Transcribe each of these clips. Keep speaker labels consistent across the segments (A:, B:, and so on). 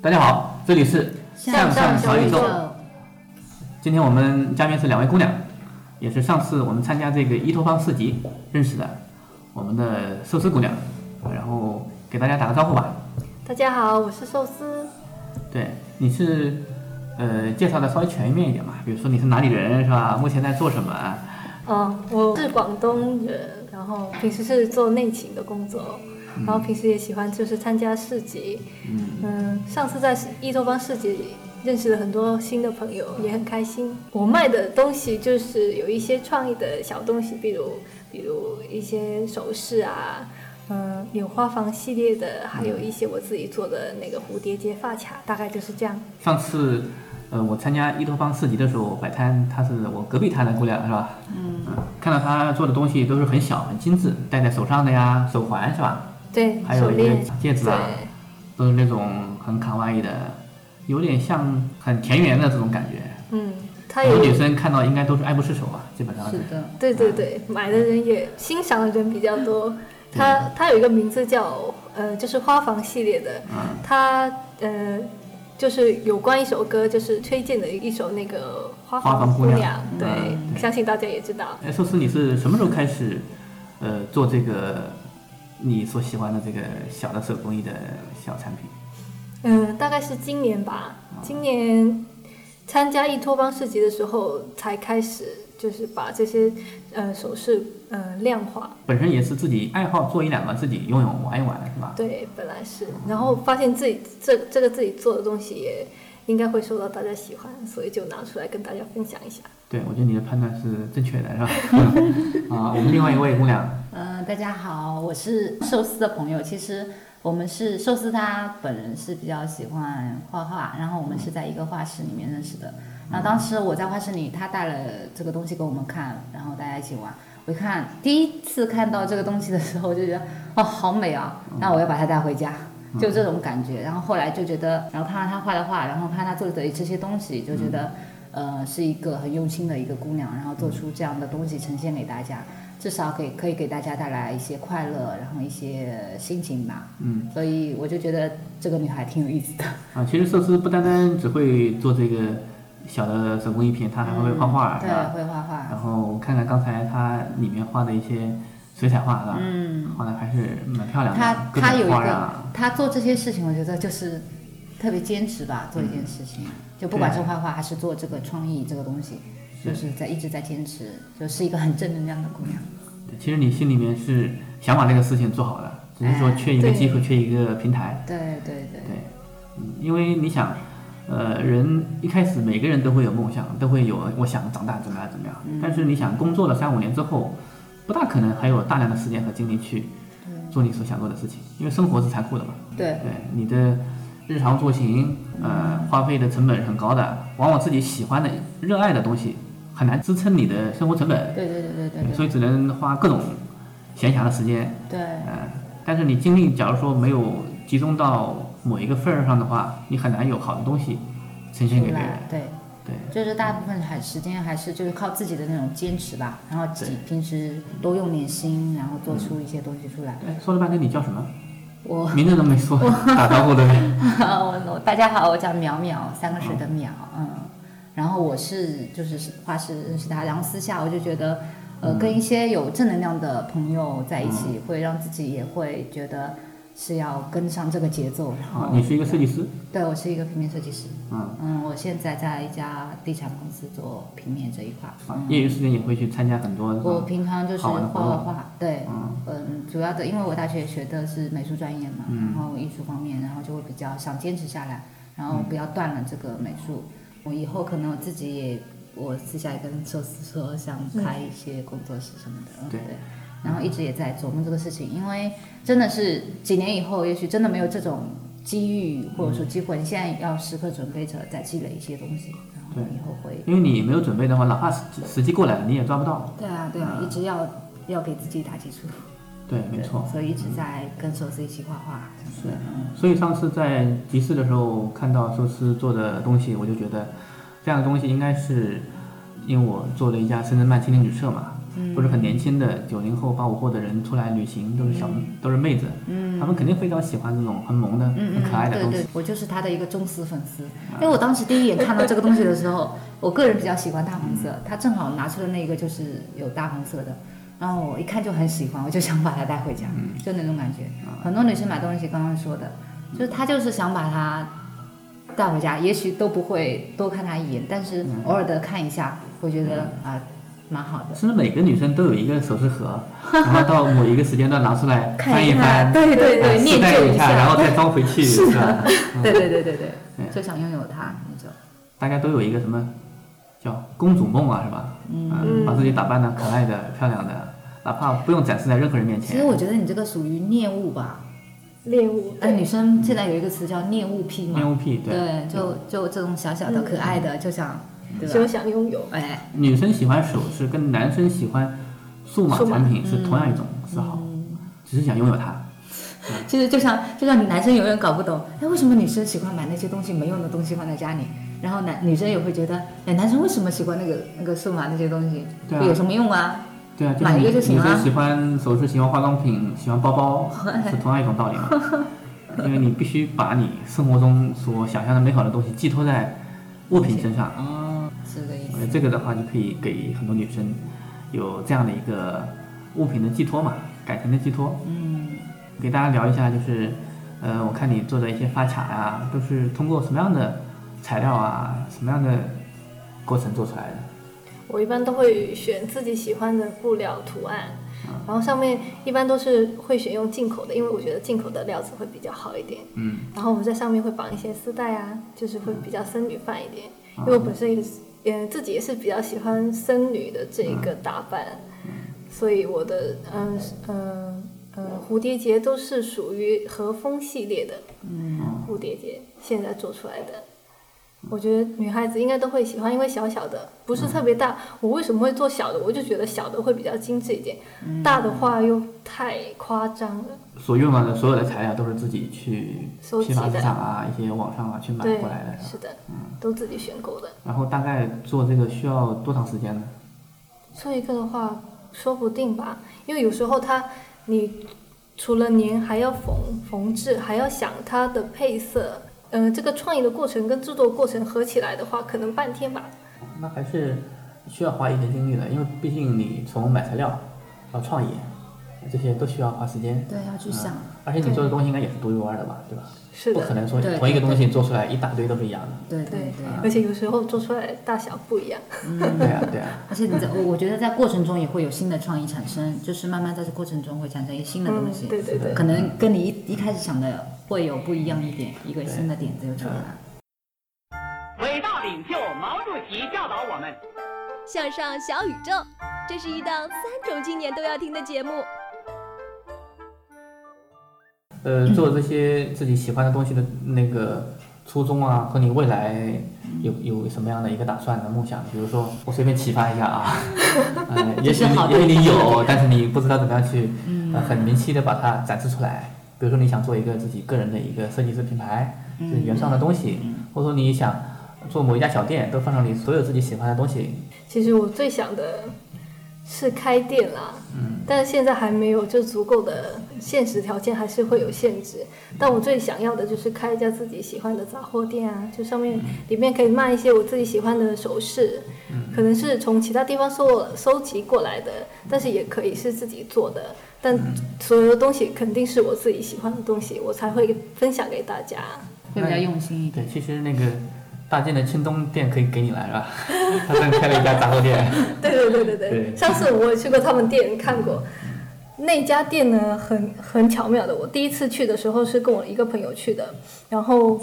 A: 大家好，这里是
B: 向上小宇宙，
A: 今天我们嘉宾是两位姑娘，也是上次我们参加这个一头方市集认识的，我们的寿司姑娘，然后给大家打个招呼吧。
B: 大家好，我是寿司，
A: 对，你是呃介绍的稍微全面一点嘛，比如说你是哪里人是吧？目前在做什么？
B: 嗯，我是广东人，然后平时是做内勤的工作，然后平时也喜欢就是参加市集，嗯，上次在一周帮市集认识了很多新的朋友，也很开心。我卖的东西就是有一些创意的小东西，比如比如一些首饰啊。嗯，有花房系列的，还有一些我自己做的那个蝴蝶结发卡，大概就是这样。
A: 上次呃我参加一头帮市集的时候摆摊，她是我隔壁摊的姑娘是吧？嗯看到她做的东西都是很小很精致，戴在手上的呀，手环是吧？
B: 对，
A: 还有
B: 手
A: 一些
B: 链、
A: 戒指啊
B: 对
A: 都是那种很卡哇伊的，有点像很田园的这种感觉。
B: 嗯，它
A: 很多
B: 有
A: 女生看到应该都是爱不释手啊，基本上
C: 是的，
B: 对对对，买的人也欣赏的人比较多。它它有一个名字叫呃，就是花房系列的，
A: 嗯
B: 它呃就是有关一首歌，就是推荐的一首那个花
A: 花房
B: 房
A: 姑
B: 姑
A: 娘
B: 对，
A: 嗯对
B: 相信大家也知道。
A: 哎，寿司，你是什么时候开始，呃，做这个你所喜欢的这个小的手工艺的小产品？
B: 嗯、大概是今年吧，
A: 嗯
B: 今年参加一托邦市集的时候才开始，就是把这些呃首饰呃量化。
A: 本身也是自己爱好做一两个，自己用用玩一玩，是吧？
B: 对，本来是，然后发现自己这这个自己做的东西也应该会受到大家喜欢，所以就拿出来跟大家分享一下。
A: 对，我觉得你的判断是正确的，是吧？ 啊，我们另外一位姑娘，
C: 呃，大家好，我是寿司的朋友。其实我们是寿司，他本人是比较喜欢画画，然后我们是在一个画室里面认识的。然后当时我在画室里，他带了这个东西给我们看，然后大家一起玩。我一看，第一次看到这个东西的时候，我就觉得哦，好美啊！那我要把它带回家。就这种感觉，然后后来就觉得，然后看到她画的画，然后看她做的这些东西，就觉得，呃，是一个很用心的一个姑娘，然后做出这样的东西呈现给大家，至少给可以给大家带来一些快乐，然后一些心情吧。
A: 嗯，
C: 所以我就觉得这个女孩挺有意思的。
A: 啊，其实寿司不单单只会做这个小的手工艺品，她还啊会画画，是
C: 对
A: 吧，？
C: 会画画。
A: 然后我看看刚才她里面画的一些水彩画，是吧？嗯，画的还是蛮漂亮的，
C: 她
A: 嗯各
C: 她有
A: 种
C: 一
A: 花
C: 个
A: 啊，，
C: 她做这些事情，我觉得就是特别坚持吧，做一件事
A: 嗯
C: 情，就不管是画画还是做这个创意这个东西，就是在一直在坚持，就是一个很正能量的姑娘。
A: 对其实你心里面是想把这个事情做好的，只是说
C: 哎
A: 缺一个
B: 对
A: 机会，缺一个平台。
C: 对对对，
A: 对，嗯，因为你想，呃，人一开始每个人都会有梦想，都会有我想长大怎么样怎么样。
C: 嗯
A: 但是你想工作了三五年之后，不大可能还有大量的时间和精力去做你所想做的事情，因为生活是残酷的嘛。
C: 对
A: 对，你的日常作息，呃，花费的成本很高的，往往自己喜欢的、热爱的东西很难支撑你的生活成本，
C: 对对对对对
A: 所以只能花各种闲暇的时间
C: 对
A: 嗯，但是你精力假如说没有集中到某一个份儿上的话，你很难有好的东西呈现给
C: 对，
A: 别人。
C: 对。
A: 对，
C: 就是大部分还时间还是就是靠自己的那种坚持吧，然后自己平时多用点心，然后做出一些东西出来。
A: 哎，说了半天你叫什么？
C: 我
A: 名字都没说，打招呼的。
C: 嗯我我大家好，我叫淼淼，三个水的淼，嗯，然后我是就是画室认识他，然后私下我就觉得，嗯呃，跟一些有正能量的朋友在一起，会让自己也会觉得，是要跟上这个节奏。然后
A: 啊，你是一个设计师，
C: 对我是一个平面设计师。
A: 嗯，
C: 嗯，我现在在一家地产公司做平面这一块。
A: 啊，业余时间也会去参加很多这
C: 我
A: 种
C: 平常就是
A: 好
C: 画
A: 玩的活
C: 画
A: 动。
C: 画，对，
A: 嗯
C: 嗯，主要的，因为我大学学的是美术专业嘛，
A: 嗯
C: 然后艺术方面，然后就会比较想坚持下来，然后不要断了这个美术。
A: 嗯
C: 我以后可能我自己也，我私下也跟寿司说想开一些工作室什么的，嗯
A: 对
C: 然后一直也在琢磨这个事情，因为真的是几年以后，也许真的没有这种机遇或者说机会，你现在要时刻准备着，再积累一些东西，然后
A: 对嗯
C: 以后会。
A: 因为你没有准备的话，哪怕时时机过来了，你也抓不到。
C: 对啊，对啊，一直要要给自己打基础。
A: 对，没错。
C: 所以一直在跟寿司一起画画什么的。
A: 所以上次在集市的时候看到寿司做的东西，我就觉得这样的东西应该是，因为我做了一家深圳漫青年旅社嘛，
C: 嗯
A: 都是很年轻的九零后、八五后的人出来旅行，都是小、都是妹子，嗯，他们肯定非常喜欢这种很萌的、
C: 嗯
A: 很可爱的
C: 对
A: 东西。啊
C: 对，我就是他的一个忠实粉丝。因为我当时第一眼看到这个东西的时候， 我个人比较喜欢大红色，
A: 嗯
C: 他正好拿出的那个就是有大红色的，然后我一看就很喜欢，我就想把它带回家，
A: 嗯
C: 就那种感觉。
A: 啊
C: 很多女生买东西，刚刚说的，
A: 嗯
C: 就是她就是想把它带回家，也许都不会多看它一眼，但是
A: 嗯
C: 偶尔的看一下，我觉得啊、蛮好的。
A: 甚至每个女生都有一个首饰 盒，然后到某一个时间段拿出来翻
C: 看一
A: 翻，啊
C: 看对对对
A: 试
C: 念
A: 戴
C: 旧
A: 一
C: 一下
A: 然后 再装回去，是嗯吧？
C: 啊对对对对
A: 对
C: 对，就想拥有它那种。
A: 大家都有一个什么叫公主梦啊，是吧？嗯，把自己打扮的可爱的、漂亮的，哪怕不用展示在任何人面
C: 其实
A: 前。
C: 我觉得你这个属于恋物吧。
B: 猎物，
C: 哎，女生现在有一个词叫恋物癖嘛？
A: 恋物癖嗯对
C: 对，就就这种小小的可爱的，就想，对
B: 就
C: 吧？
B: 想拥有。
C: 哎，
A: 女生喜欢首饰，跟男生喜欢数码
B: 数码
A: 产品是同样一种嗜好，
C: 嗯
A: 只是想拥有它。
C: 其实就像就像你男生永远搞不懂，哎，为什么女生喜欢买那些东西没用的东西放在家里？然后男女生也会觉得，哎，男生为什么喜欢那个那个数码那些东西？
A: 对啊
C: 有什么用啊？
A: 对啊，就
C: 买
A: 是
C: 一
A: 女
C: 个就行
A: 女生
C: 了
A: 喜欢首饰，喜欢化妆品，喜欢包 包，是同样一种道理嘛。因为你必须把你生活中所想象的美好的东西寄托在物品身上，
C: 哦，是这个意
A: 我觉。
C: 思
A: 得这个的话就可以给很多女生有这样的一个物品的寄托嘛，感情的寄托。
C: 嗯，
A: 给大家聊一下，就是呃，我看你做的一些发卡呀、都是通过什么样的材料啊，什么样的过程做出来的？
B: 我一般都会选自己喜欢的布料图案，然后上面一般都是会选用进口的，因为我觉得进口的料子会比较好一点。
A: 嗯，
B: 然后我们在上面会绑一些丝带啊，就是会比较僧侣范一点，因为我本身也是，嗯，自己也是比较喜欢僧侣的这一个打扮，所以我的嗯嗯嗯蝴蝶结都是属于和风系列的，嗯，蝴蝶结现在做出来的。我觉得女孩子应该都会喜欢，因为小小的不是特别
A: 嗯
B: 大。我为什么会做小的？我就觉得小的会比较精致一点，
A: 嗯
B: 大的话又太夸张了。
A: 所用到的所有的材料都是自己去
B: 搜集
A: 批
B: 的
A: 发市场啊，一些网上啊去买
B: 对
A: 过来的，。
B: 是的，
A: 嗯
B: 都自己选购的。
A: 然后大概做这个需要多长时间呢？
B: 做一个的话，说不定吧，因为有时候它你除了粘，还要缝缝制，还要想它的配色。嗯、这个创意的过程跟制作过程合起来的话，可能半天吧。
A: 那还是需要花一些精力的，因为毕竟你从买材料到创意，这些都需要花时间。
C: 对，要去
A: 嗯
C: 想。
A: 而且你做的东西应该也是独一无二的吧，对吧？
B: 是
A: 不可
B: 的，
A: 能说
C: 对
A: 同一个
C: 对
A: 东西做出来一大堆都是一样的。
C: 对对
B: 对
C: 对。，
A: 嗯
B: 而且有时候做出来大小 不一样。
C: 嗯
A: 对啊，对啊，
C: 而且你在，我我觉得在过程中也会有新的创意产生，就是慢慢在这过程中会产生一新的东西，
B: 嗯对对对
C: 可能跟你一一开始想的会有不一样一点，一个新的点子又出来了。
D: 伟大领袖毛主席教导我们，
E: 向上小宇宙，这是一档三种青年都要听的节目。
A: 呃，做这些自己喜欢的东西的那个初衷啊，和你未来有有什么样的一个打算呢？梦想？比如说，我随便启发一下 啊，呃，也许
C: 这是好
A: 你
C: 的嗯
A: 也许你有，但是你不知道怎么样去，呃，很明晰的把它展示出来。比如说，你想做一个自己个人的一个设计师品牌，就是原创的东西，
C: 嗯
A: 或者说你想做某一家小店，都放上你所有自己喜欢的东西，
B: 其实我最想的是开店啦，但是现在还没有就足够的现实条件还是会有限制。但我最想要的就是开一家自己喜欢的杂货店啊，就上面里面可以卖一些我自己喜欢的首饰，可能是从其他地方搜收集过来的，但是也可以是自己做的。但所有的东西肯定是我自己喜欢的东西，我才会分享给大家。
C: 会比较用心一
A: 点。对，嗯其实那个大件的庆东店可以给你来 了，他刚开了一家杂货店。
B: 对 对对对对，嗯
A: 对
B: 上次我也去过他们店看过，那家店呢很很巧妙的，我第一次去的时候是跟我一个朋友去的，然后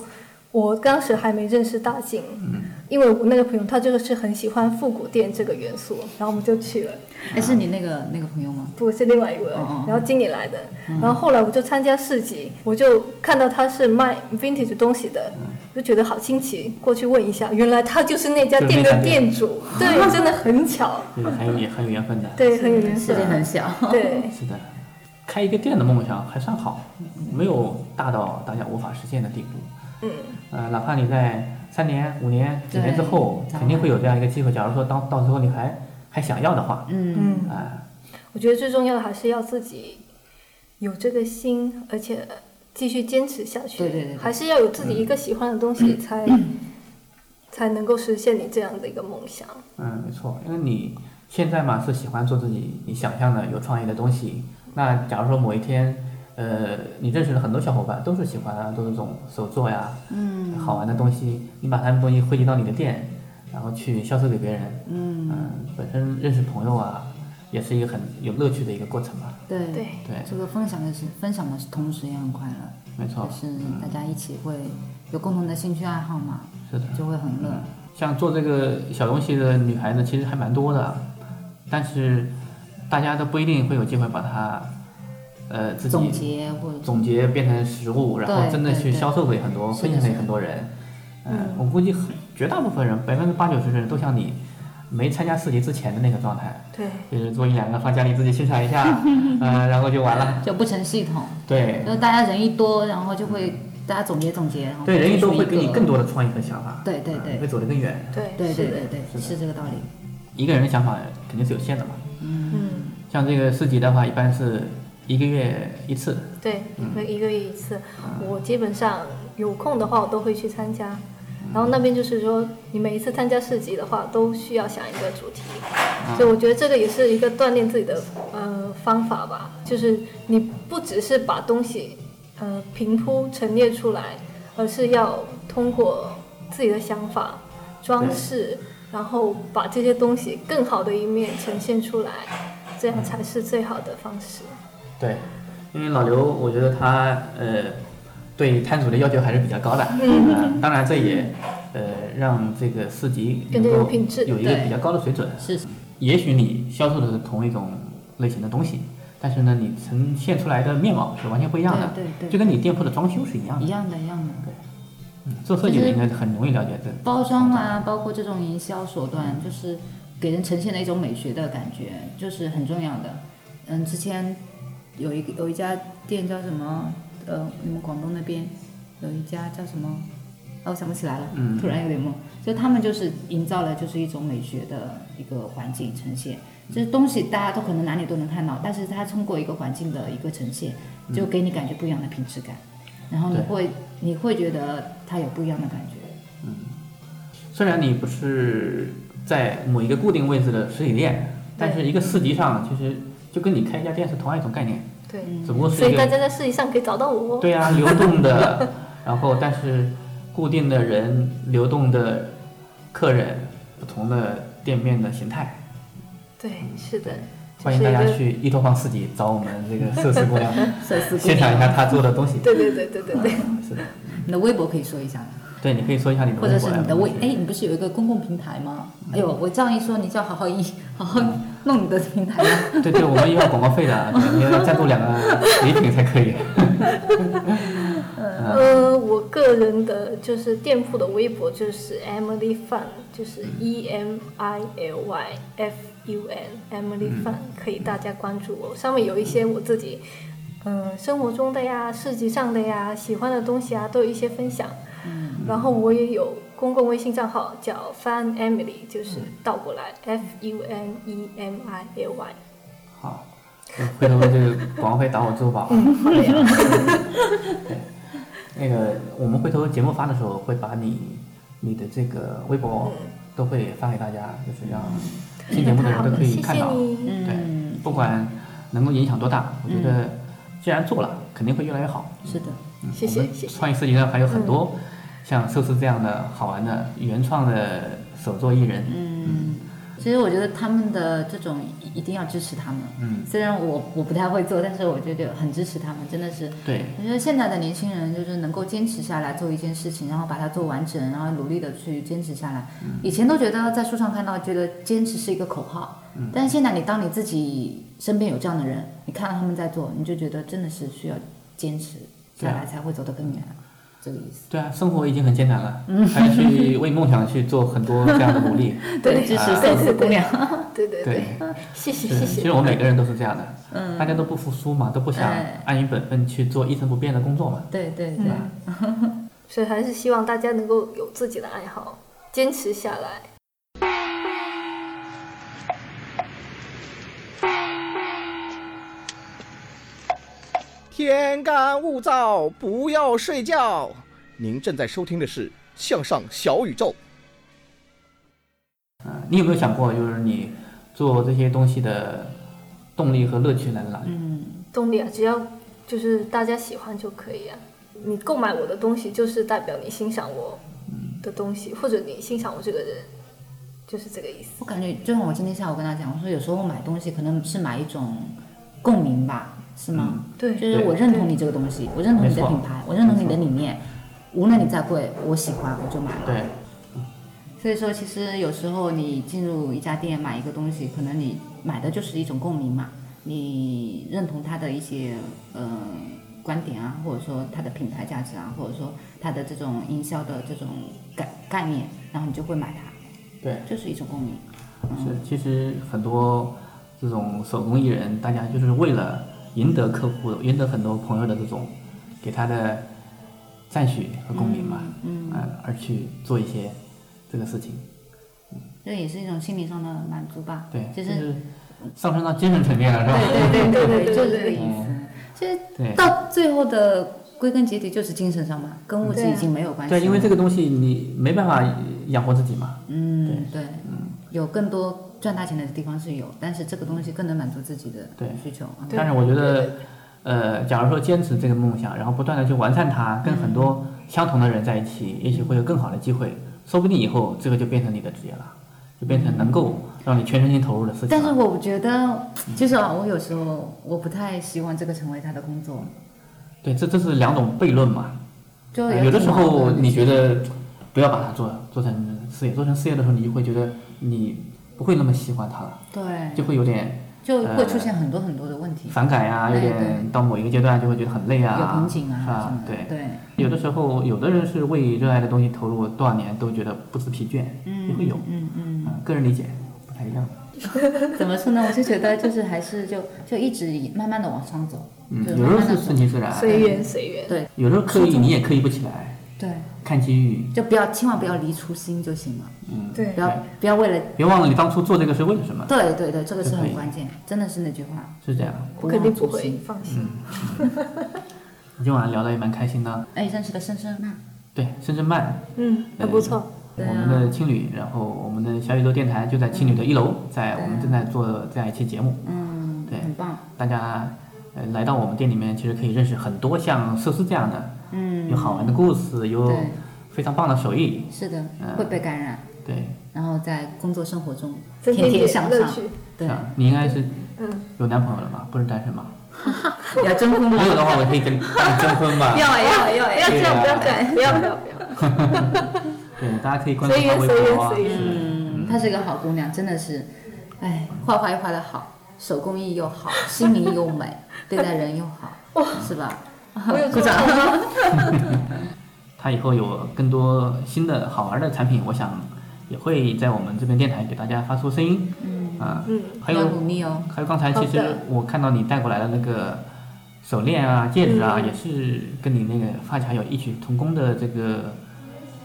B: 我当时还没认识大靖，因为我那个朋友他这个是很喜欢复古店这个元素，然后我们就去了。
C: 哎，是你那个那个朋友吗？
B: 不是另外一位
C: 哦哦，
B: 然后经理来的。然后后来我就参加市集，我就看到他是卖 vintage 东西的，我就觉得好新奇，过去问一下，原来他就是那家店的店主。
A: 就是那家店
B: 对，真的很巧，
A: 对，很有也很有缘分的。
B: 对，很有缘
C: 世
B: 分
C: 界。很小。
B: 对，
A: 是的，开一个店的梦想还算好，没有大到大家无法实现的地步。
B: 嗯，
A: 呃，哪怕你在三年、五年、几年之
C: 对
A: 后，
C: 早
A: 肯定会有这样一个机会。假如说当到时候你还还想要的话，
C: 嗯，
B: 嗯，
A: 啊、
B: 我觉得最重要的还是要自己有这个心，而且继续坚持下去。
C: 对对对对
B: 还是要有自己一个喜欢的东 西，才才能够实现你这样的一个梦想。
A: 嗯，没错，因为你现在嘛是喜欢做自己你想象的有创意的东西。那假如说某一天，呃，你认识了很多小伙伴，都是喜欢啊，都是这种手作呀，嗯，好玩的东西，你把他们东西汇集到你的店，然后去销售给别人，嗯本身认识朋友啊，也是一个很有乐趣的一个过程嘛。
C: 对
B: 对
A: 对
C: 这个分享的是分享的同时也很快乐，
A: 没错嗯
C: 就，是大家一起会有共同的兴趣爱好嘛，
A: 是的。
C: 就会很乐。
A: 嗯像做这个小东西的女孩子其实还蛮多的，但是大家都不一定会有机会把它，呃，自己
C: 总结或者
A: 总结变成实物，然后
C: 对
A: 真的
C: 对
A: 去
C: 对
A: 销售给很多、
C: 是的
A: 分享给
C: 是的
A: 很多人。嗯，我估计很绝大部分人，百分之八九十的人都像你，没参加市集之前的那个状 态，
B: 对，
A: 就是做一两个放家里自己欣赏一下，嗯、然后就完了。
C: 就不成系统，
A: 对嗯
C: 就是大家人一多，然后就会大家总结总结，然后
A: 对，人一多会给你更
C: 多。
A: 多的创意和想法，
C: 对对对
A: 嗯会走得更远。
B: 对，
C: 对
B: 是
C: 对
B: 的
C: 对对，是这个道理。
A: 一个人的想法肯定是有限的嘛。
B: 嗯。
A: 像这个市集的话，一般是一个月一次。
B: 对，每一个月一次。我基本上有空的话，我都会去参加。然后那边就是说，你每一次参加市集的话，都需要想一个主题，所以我觉得这个也是一个锻炼自己的呃方法吧。就是你不只是把东西呃平铺陈列出来，而是要通过自己的想法装饰，然后把这些东西更好的一面呈现出来，这样才是最好的方式。
A: 对，因为老刘，我觉得他呃对摊主的要求还是比较高的。嗯，当然这也呃让这个市集
B: 更加
A: 能够
B: 有品质
A: 有一个
C: 对
A: 比较高的水准。
C: 是
A: 也许你销售的是同一种类型的东西，但是呢，你呈现出来的面貌是完全不一样的。
C: 对对对
A: 就跟你店铺的装修是一样
C: 一
A: 的。
C: 样的，一样的。
A: 嗯做设计的应该很容易了解这。
C: 包装啊，包括这种营销手
A: 嗯
C: 段，就是给人呈现的一种美学的感觉，就是很重要的。嗯，之前有一个有一家店叫什么？呃，你们广东那边有一家叫什么？哦，我想不起来了，
A: 嗯
C: 突然有点懵。就他们就是营造了就是一种美学的一个环境呈现，就是东西大家都可能哪里都能看到，但是它通过一个环境的一个呈现，就给你感觉不一样的品质感，然后你
A: 嗯对
C: 会你会觉得它有不一样的感觉。
A: 虽然你不是在某一个固定位置的实体店，但是一个市集上其实就跟你开一家店是同样一种概念，
B: 对。
A: 只不过
B: 所
A: 是一
B: 以大
A: 个
B: 家在市集上可以找到我哦。
A: 对啊流动的， 然后但是固定的人、流动的客人、不同的店面的形态。
B: 对，是的。
A: 欢迎大家
B: 就是一个
A: 去依托坊市集找我们这个寿司姑娘
C: 寿司姑娘
A: 欣赏一下她做的东西。
B: 对对对对对对，
A: 是的，
C: 你的微博可以说一下吗，
A: 对，你可以说一下你的
C: 或
A: 微
C: 者
A: 博
C: 是
A: 呀嗯
C: 你的微哎，你不是有一个公共平台吗？哎呦，我这样一说，你就要好好一好好弄你的平台啊 了。
A: 对对，我们也要广告费 的，对你要赞助两个礼品才可以。
B: 呃，我个人的就是店铺的微博就是 Emily Fun，就是 E M I L Y F U N Emily Fun，可以大家关注我，上面有一些我自己。嗯，生活中的呀，市集上的呀，喜欢的东西啊，都有一些分享。然后我也有公共微信账号叫 Fun Emily，就是倒过来 F U N E M I L Y。
A: 好，回头这个广告费打我支付宝啊。对，那个我们回头节目发的时候会把你你的这个微博
B: 嗯
A: 都会发给大家，就是让听节目的人都可以看到。
B: 太好了嗯谢谢你
C: 嗯
A: 对，不管能够影响多大，我觉得既然做了，肯定会越来越好。
C: 是的，
A: 嗯
B: 嗯谢谢谢谢嗯
A: 创意设计上还有很多像寿司这样的好玩的原创的手作艺人，
C: 嗯，其实我觉得他们的这种一定要支持他们。
A: 嗯
C: 虽然我我不太会做，但是我觉得很支持他们，真的是。
A: 对，
C: 我觉得现在的年轻人就是能够坚持下来做一件事情，然后把它做完整，然后努力的去坚持下来。以前都觉得在书上看到，觉得坚持是一个口号，但是现在你当你自己身边有这样的人，你看到他们在做，你就觉得真的是需要坚持下来才会走得更远，这个意思。
A: 对啊，生活已经很艰难了，
C: 嗯
A: 还要去为梦想去做很多这样的努力。
C: 对，支
A: 啊
C: 持粉丝姑娘。
B: 对对
A: 对，
B: 谢谢
A: 是，
B: 谢
A: 其
B: 谢。
A: 实我们每个人都是这样的，大家都不服输嘛，都不想
C: 哎
A: 按于本分去做一成不变的工作嘛。
C: 对对对，
B: 所以还是希望大家能够有自己的爱好，坚持下来。
F: 天干物燥，不要睡觉。您正在收听的是《向上小宇宙》。
A: 嗯、你有没有想过，就是你做这些东西的动力和乐趣来自哪里？
B: 动力啊，只要就是大家喜欢就可以啊。你购买我的东西，就是代表你欣赏我的东西，或者你欣赏我这个人，就是这个意思。
C: 我感觉就像我今天下午跟他讲，我说有时候买东西可能是买一种共鸣吧，是吗？
B: 对
C: 就是我认同你这个东西，我认同你
A: 嗯没
C: 的
A: 错
C: 品牌，我认同你的理念，无论你再贵，我喜欢我就买了。
A: 对，
C: 所以说，其实有时候你进入一家店买一个东西，可能你买的就是一种共鸣嘛，你认同他的一些呃观点啊，或者说他的品牌价值啊，或者说他的这种营销的这种概概念，然后你就会买它，
A: 对，
C: 就是一种共鸣。
A: 是，其实很多这种手工艺人，大家就是为了赢得客户、赢得很多朋友的这种给他的赞许和共鸣嘛，嗯，而去做一些这个事情，
C: 这也是一种心理上的满足吧。
A: 对，
C: 其
A: 就
C: 实
A: 是上升到精神层面了，是吧？
C: 对对对
B: 对对
C: 就是这个
B: 对
C: 意思。其实
A: 对
C: 到最后的归根结底就是精神上嘛，跟物质已经没有关系了。
A: 对，因为这个东西你没办法养活自己嘛，
C: 嗯对，有更多赚大钱的地方是有，但是这个东西更能满足自己的
A: 对
C: 需求。嗯
A: 但是我觉得，呃，假如说坚持这个梦想，然后不断的去完善它，跟很多
C: 嗯
A: 相同的人在一起，也许会有更好的机会，说不定以后这个就变成你的职业了，就变成能够让你全身心投入的事情了。
C: 但是我觉得，就是啊，我有时候我不太希望这个成为他的工作，
A: 对，这这是两种悖论嘛。
C: 就
A: 呃
C: 也
A: 有的时
C: 挺矛
A: 候
C: 盾的
A: 你觉得不要把它做做成事业，做成事业的时候，你就会觉得你不会那么喜欢它了，就
C: 对，
A: 会有点呃
C: 就会出现很多很多的问题，
A: 反感呀、有
C: 对
A: 点到某一个阶段就会觉得很累啊，
C: 有瓶颈啊
A: 啊，
C: 什么的
A: 对。
C: 对。
A: 有的时候，有的人是为热爱的东西投入多少年都觉得不知疲倦，也会有，
C: 嗯嗯
A: 嗯，个人理解不太一样。
C: 怎么说呢？我就觉得就是还是就就一直慢慢的往上走，
A: 嗯，
C: 就
A: 有时
C: 慢
A: 候
C: 慢的
A: 是顺其自然，
B: 随缘随缘。
C: 对
A: 有时候刻意你也刻意不起来，
C: 对，
A: 看机遇。
C: 就不要千万不要离初心就行了，
B: 对
C: 不要不要为了
A: 别忘了你当初做这个是为了什么，
C: 对对对，这个是
A: 可
C: 很
A: 以
C: 关键，真的是那句话，
A: 是这样。
B: 我肯定不
C: 忘初
B: 会
C: 心。
B: 放弃。
A: 今晚聊的也蛮开心的，
C: 哎，认识的深深慢，
A: 对，深圳慢，
B: 嗯，很不错。
A: 我
C: 啊
A: 们的青旅，然后我们的小宇宙电台就在青旅的一楼，在
C: 啊
A: 我们正在做这样一期节目，
C: 嗯，
A: 对
C: 很棒，
A: 大家呃来到我们店里面，其实可以认识很多像寿司这样的，
C: 嗯，
A: 有好玩的故事，有
C: 对
A: 非常棒的手艺，
C: 是的
A: 嗯，
C: 会被感染，
A: 对，
C: 然后在工作生活中
B: 增
C: 天
B: 添
C: 天
B: 点
C: 向
B: 乐
C: 上，
B: 趣。
C: 对，
A: 啊，你应该是
B: 嗯，
A: 有男朋友了吧？不是单身吧？
C: 要征婚
A: 我
C: 吗？
A: 有的话，我可以跟你跟你征婚吧。
C: 要哎要哎要
B: 不
C: 哎
B: 要这样，不
A: 对
B: 要
A: 啊
B: 这样，不要不要不要。
A: 对，大家可以关注他微
B: 随缘
A: 博啊。
B: 随缘随
A: 是
C: 嗯，她是个好姑娘，真的是，哎，画画又画得好，手工艺又好，心灵又美， 对待人又好，是吧？
B: 我有
C: 鼓
B: 做
C: 掌。
A: 他以后有更多新的好玩的产品，我想也会在我们这边电台给大家发出声音。嗯啊，
B: 嗯
A: 还
C: 要
A: 有
C: 努力哦，
A: 还有，刚才其
B: 好
A: 实
B: 的
A: 我看到你带过来的那个手链啊、戒指
B: 嗯
A: 啊，也是跟你那个发卡有异曲同工的这个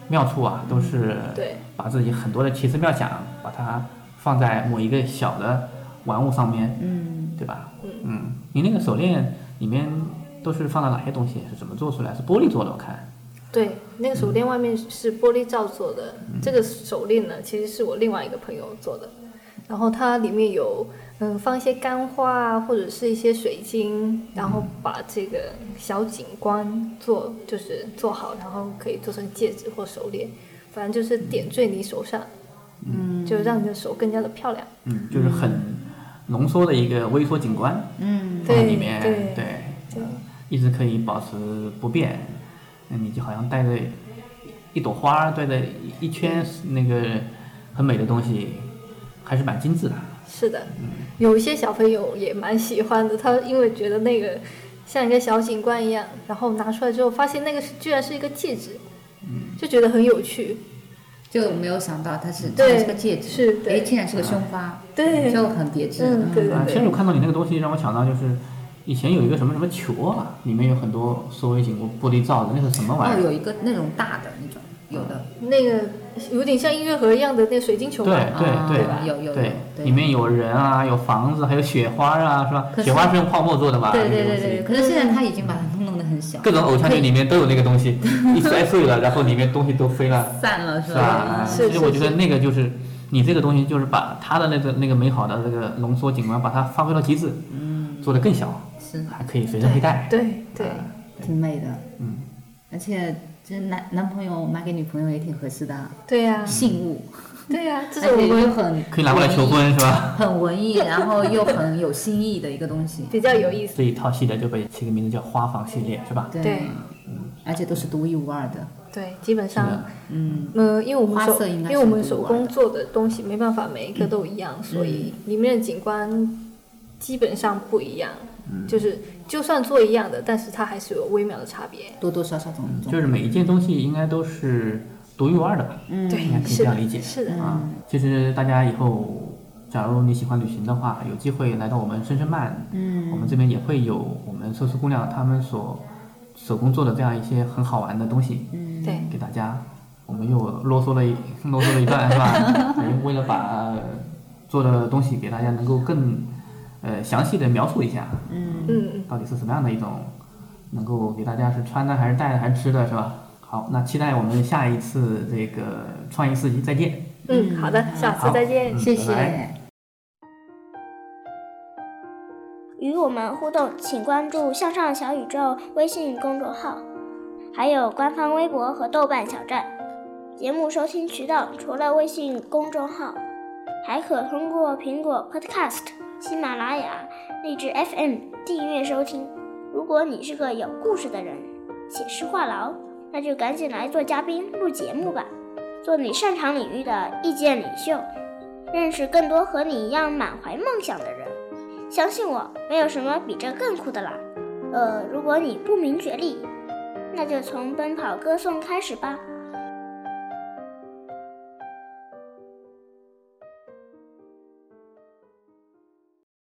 A: 妙处啊，都是
B: 对
A: 把自己很多的奇思妙想，把它放在某一个小的玩物上面，
C: 嗯，
A: 对吧？
B: 嗯
A: 嗯，你那个手链里面都是放了哪些东西？是怎么做出来？是玻璃做的，我看。
B: 对，那个手链外面是玻璃罩做的，这个手链呢，其实是我另外一个朋友做的，然后它里面有嗯放一些干花啊，或者是一些水晶，然后把这个小景观做就是做好，然后可以做成戒指或手链，反正就是点缀你手上，
C: 嗯，
B: 就让你的手更加的漂亮。
A: 嗯，就是很浓缩的一个微缩景观。
C: 嗯
A: 放在
B: 对
A: 里面
B: 对
A: 对
B: 对
A: 一直可以保持不变，那你就好像带着一朵花儿，带着一圈那个很美的东西，还是蛮精致的。
B: 是的，有一些小朋友也蛮喜欢的，他因为觉得那个像一个小景观一样，然后拿出来之后发现那个是居然是一个戒指，就觉得很有趣。
C: 就没有想到它是竟
B: 对
C: 然是个戒指，
B: 是对
C: 哎，竟然是个胸花，
B: 对
C: 就很别致。
B: 嗯对
A: 啊，其实我看到你那个东西，让我想到就是以前有一个什么什么球啊，里面有很多缩微型玻璃罩的，那是什么玩
C: 哦，
A: 意儿？
C: 有一个那种大的那种，有的，
B: 那个有点像音乐盒一样的那个水晶球
A: 对
B: 吧？
C: 啊
A: 对
C: 吧有有有
A: 对，
C: 对
A: 里面有人啊，有房子，还有雪花啊，是吧？
C: 可是
A: 雪花是用泡沫做的嘛？
C: 对
A: 那
C: 对
A: 个啊东
C: 对
A: 西
C: 对。可是现在它已经把它弄得很小，
A: 各种偶像剧里面都有那个东 西，一摔碎了，然后里面东西都飞了，
C: 散了是
A: 是啊
C: 吧
A: 吧？？
C: 嗯
A: 所以我觉得那个就是你这个东西，就是把它的那个那个美好的这个浓缩景观，把它发挥到极致，嗯，做得更小，
C: 是
A: 还可以随身佩戴，
B: 对对，
C: 啊挺美的，
A: 嗯，
C: 而且这男男朋友买给女朋友也挺合适的啊，
B: 对呀、
C: 信物，
B: 嗯对呀、 这
C: 而且
B: 种
C: 又
B: 我
C: 很
A: 可以拿过来求婚是吧？
C: 很文艺，然后又很有新意的一个东西，
B: 比较有意思。
A: 这一套系列就被起个名字叫花房系列是吧？
B: 对
C: 而且都是独一无二的，
B: 对，基本
A: 是
B: 上
A: 的，
C: 嗯，
B: 嗯，因为我们
C: 花
B: 手
C: 色应
B: 因
C: 该
B: 为我们
C: 是独
B: 手
C: 一无二的
B: 工做的东西没办法每一个都一样，所以里面的景观基本上不一样。就是就算做一样的，但是它还是有微妙的差别。
C: 多多少少总总
A: 就是每一件东西应该都是独一无二的吧？
C: 嗯
B: 对
A: 应该，可以
B: 是
A: 这
B: 的
A: 样理解，
B: 是的，
A: 啊，其实大家以后，假如你喜欢旅行的话，有机会来到我们深深漫，
C: 嗯
A: 我们这边也会有我们寿司姑娘她们所手工做的这样一些很好玩的东西，
C: 嗯
B: 对，
A: 给大家。我们又啰嗦了一 啰嗦了一段是吧？我们为了把做的东西给大家能够更呃详细的描述一下，
C: 嗯
B: 嗯嗯，
A: 到底是什么样的一种，能够给大家是穿的还是戴的还是吃的是吧？好，那期待我们下一次这个创意四级再见。嗯
B: 嗯，好的，下次再见。
C: 谢
A: 拜拜
C: 谢。
G: 与我们互动，请关注“向上小宇宙”微信公众号，还有官方微博和豆瓣小站。节目收听渠道除了微信公众号，还可通过苹果 Podcast、喜马拉雅、荔枝 FM 订阅收听。如果你是个有故事的人，写诗话痨，那就赶紧来做嘉宾录节目吧，做你擅长领域的意见领袖，认识更多和你一样满怀梦想的人。相信我，没有什么比这更酷的啦。呃，如果你不明觉厉，那就从奔跑歌颂开始吧。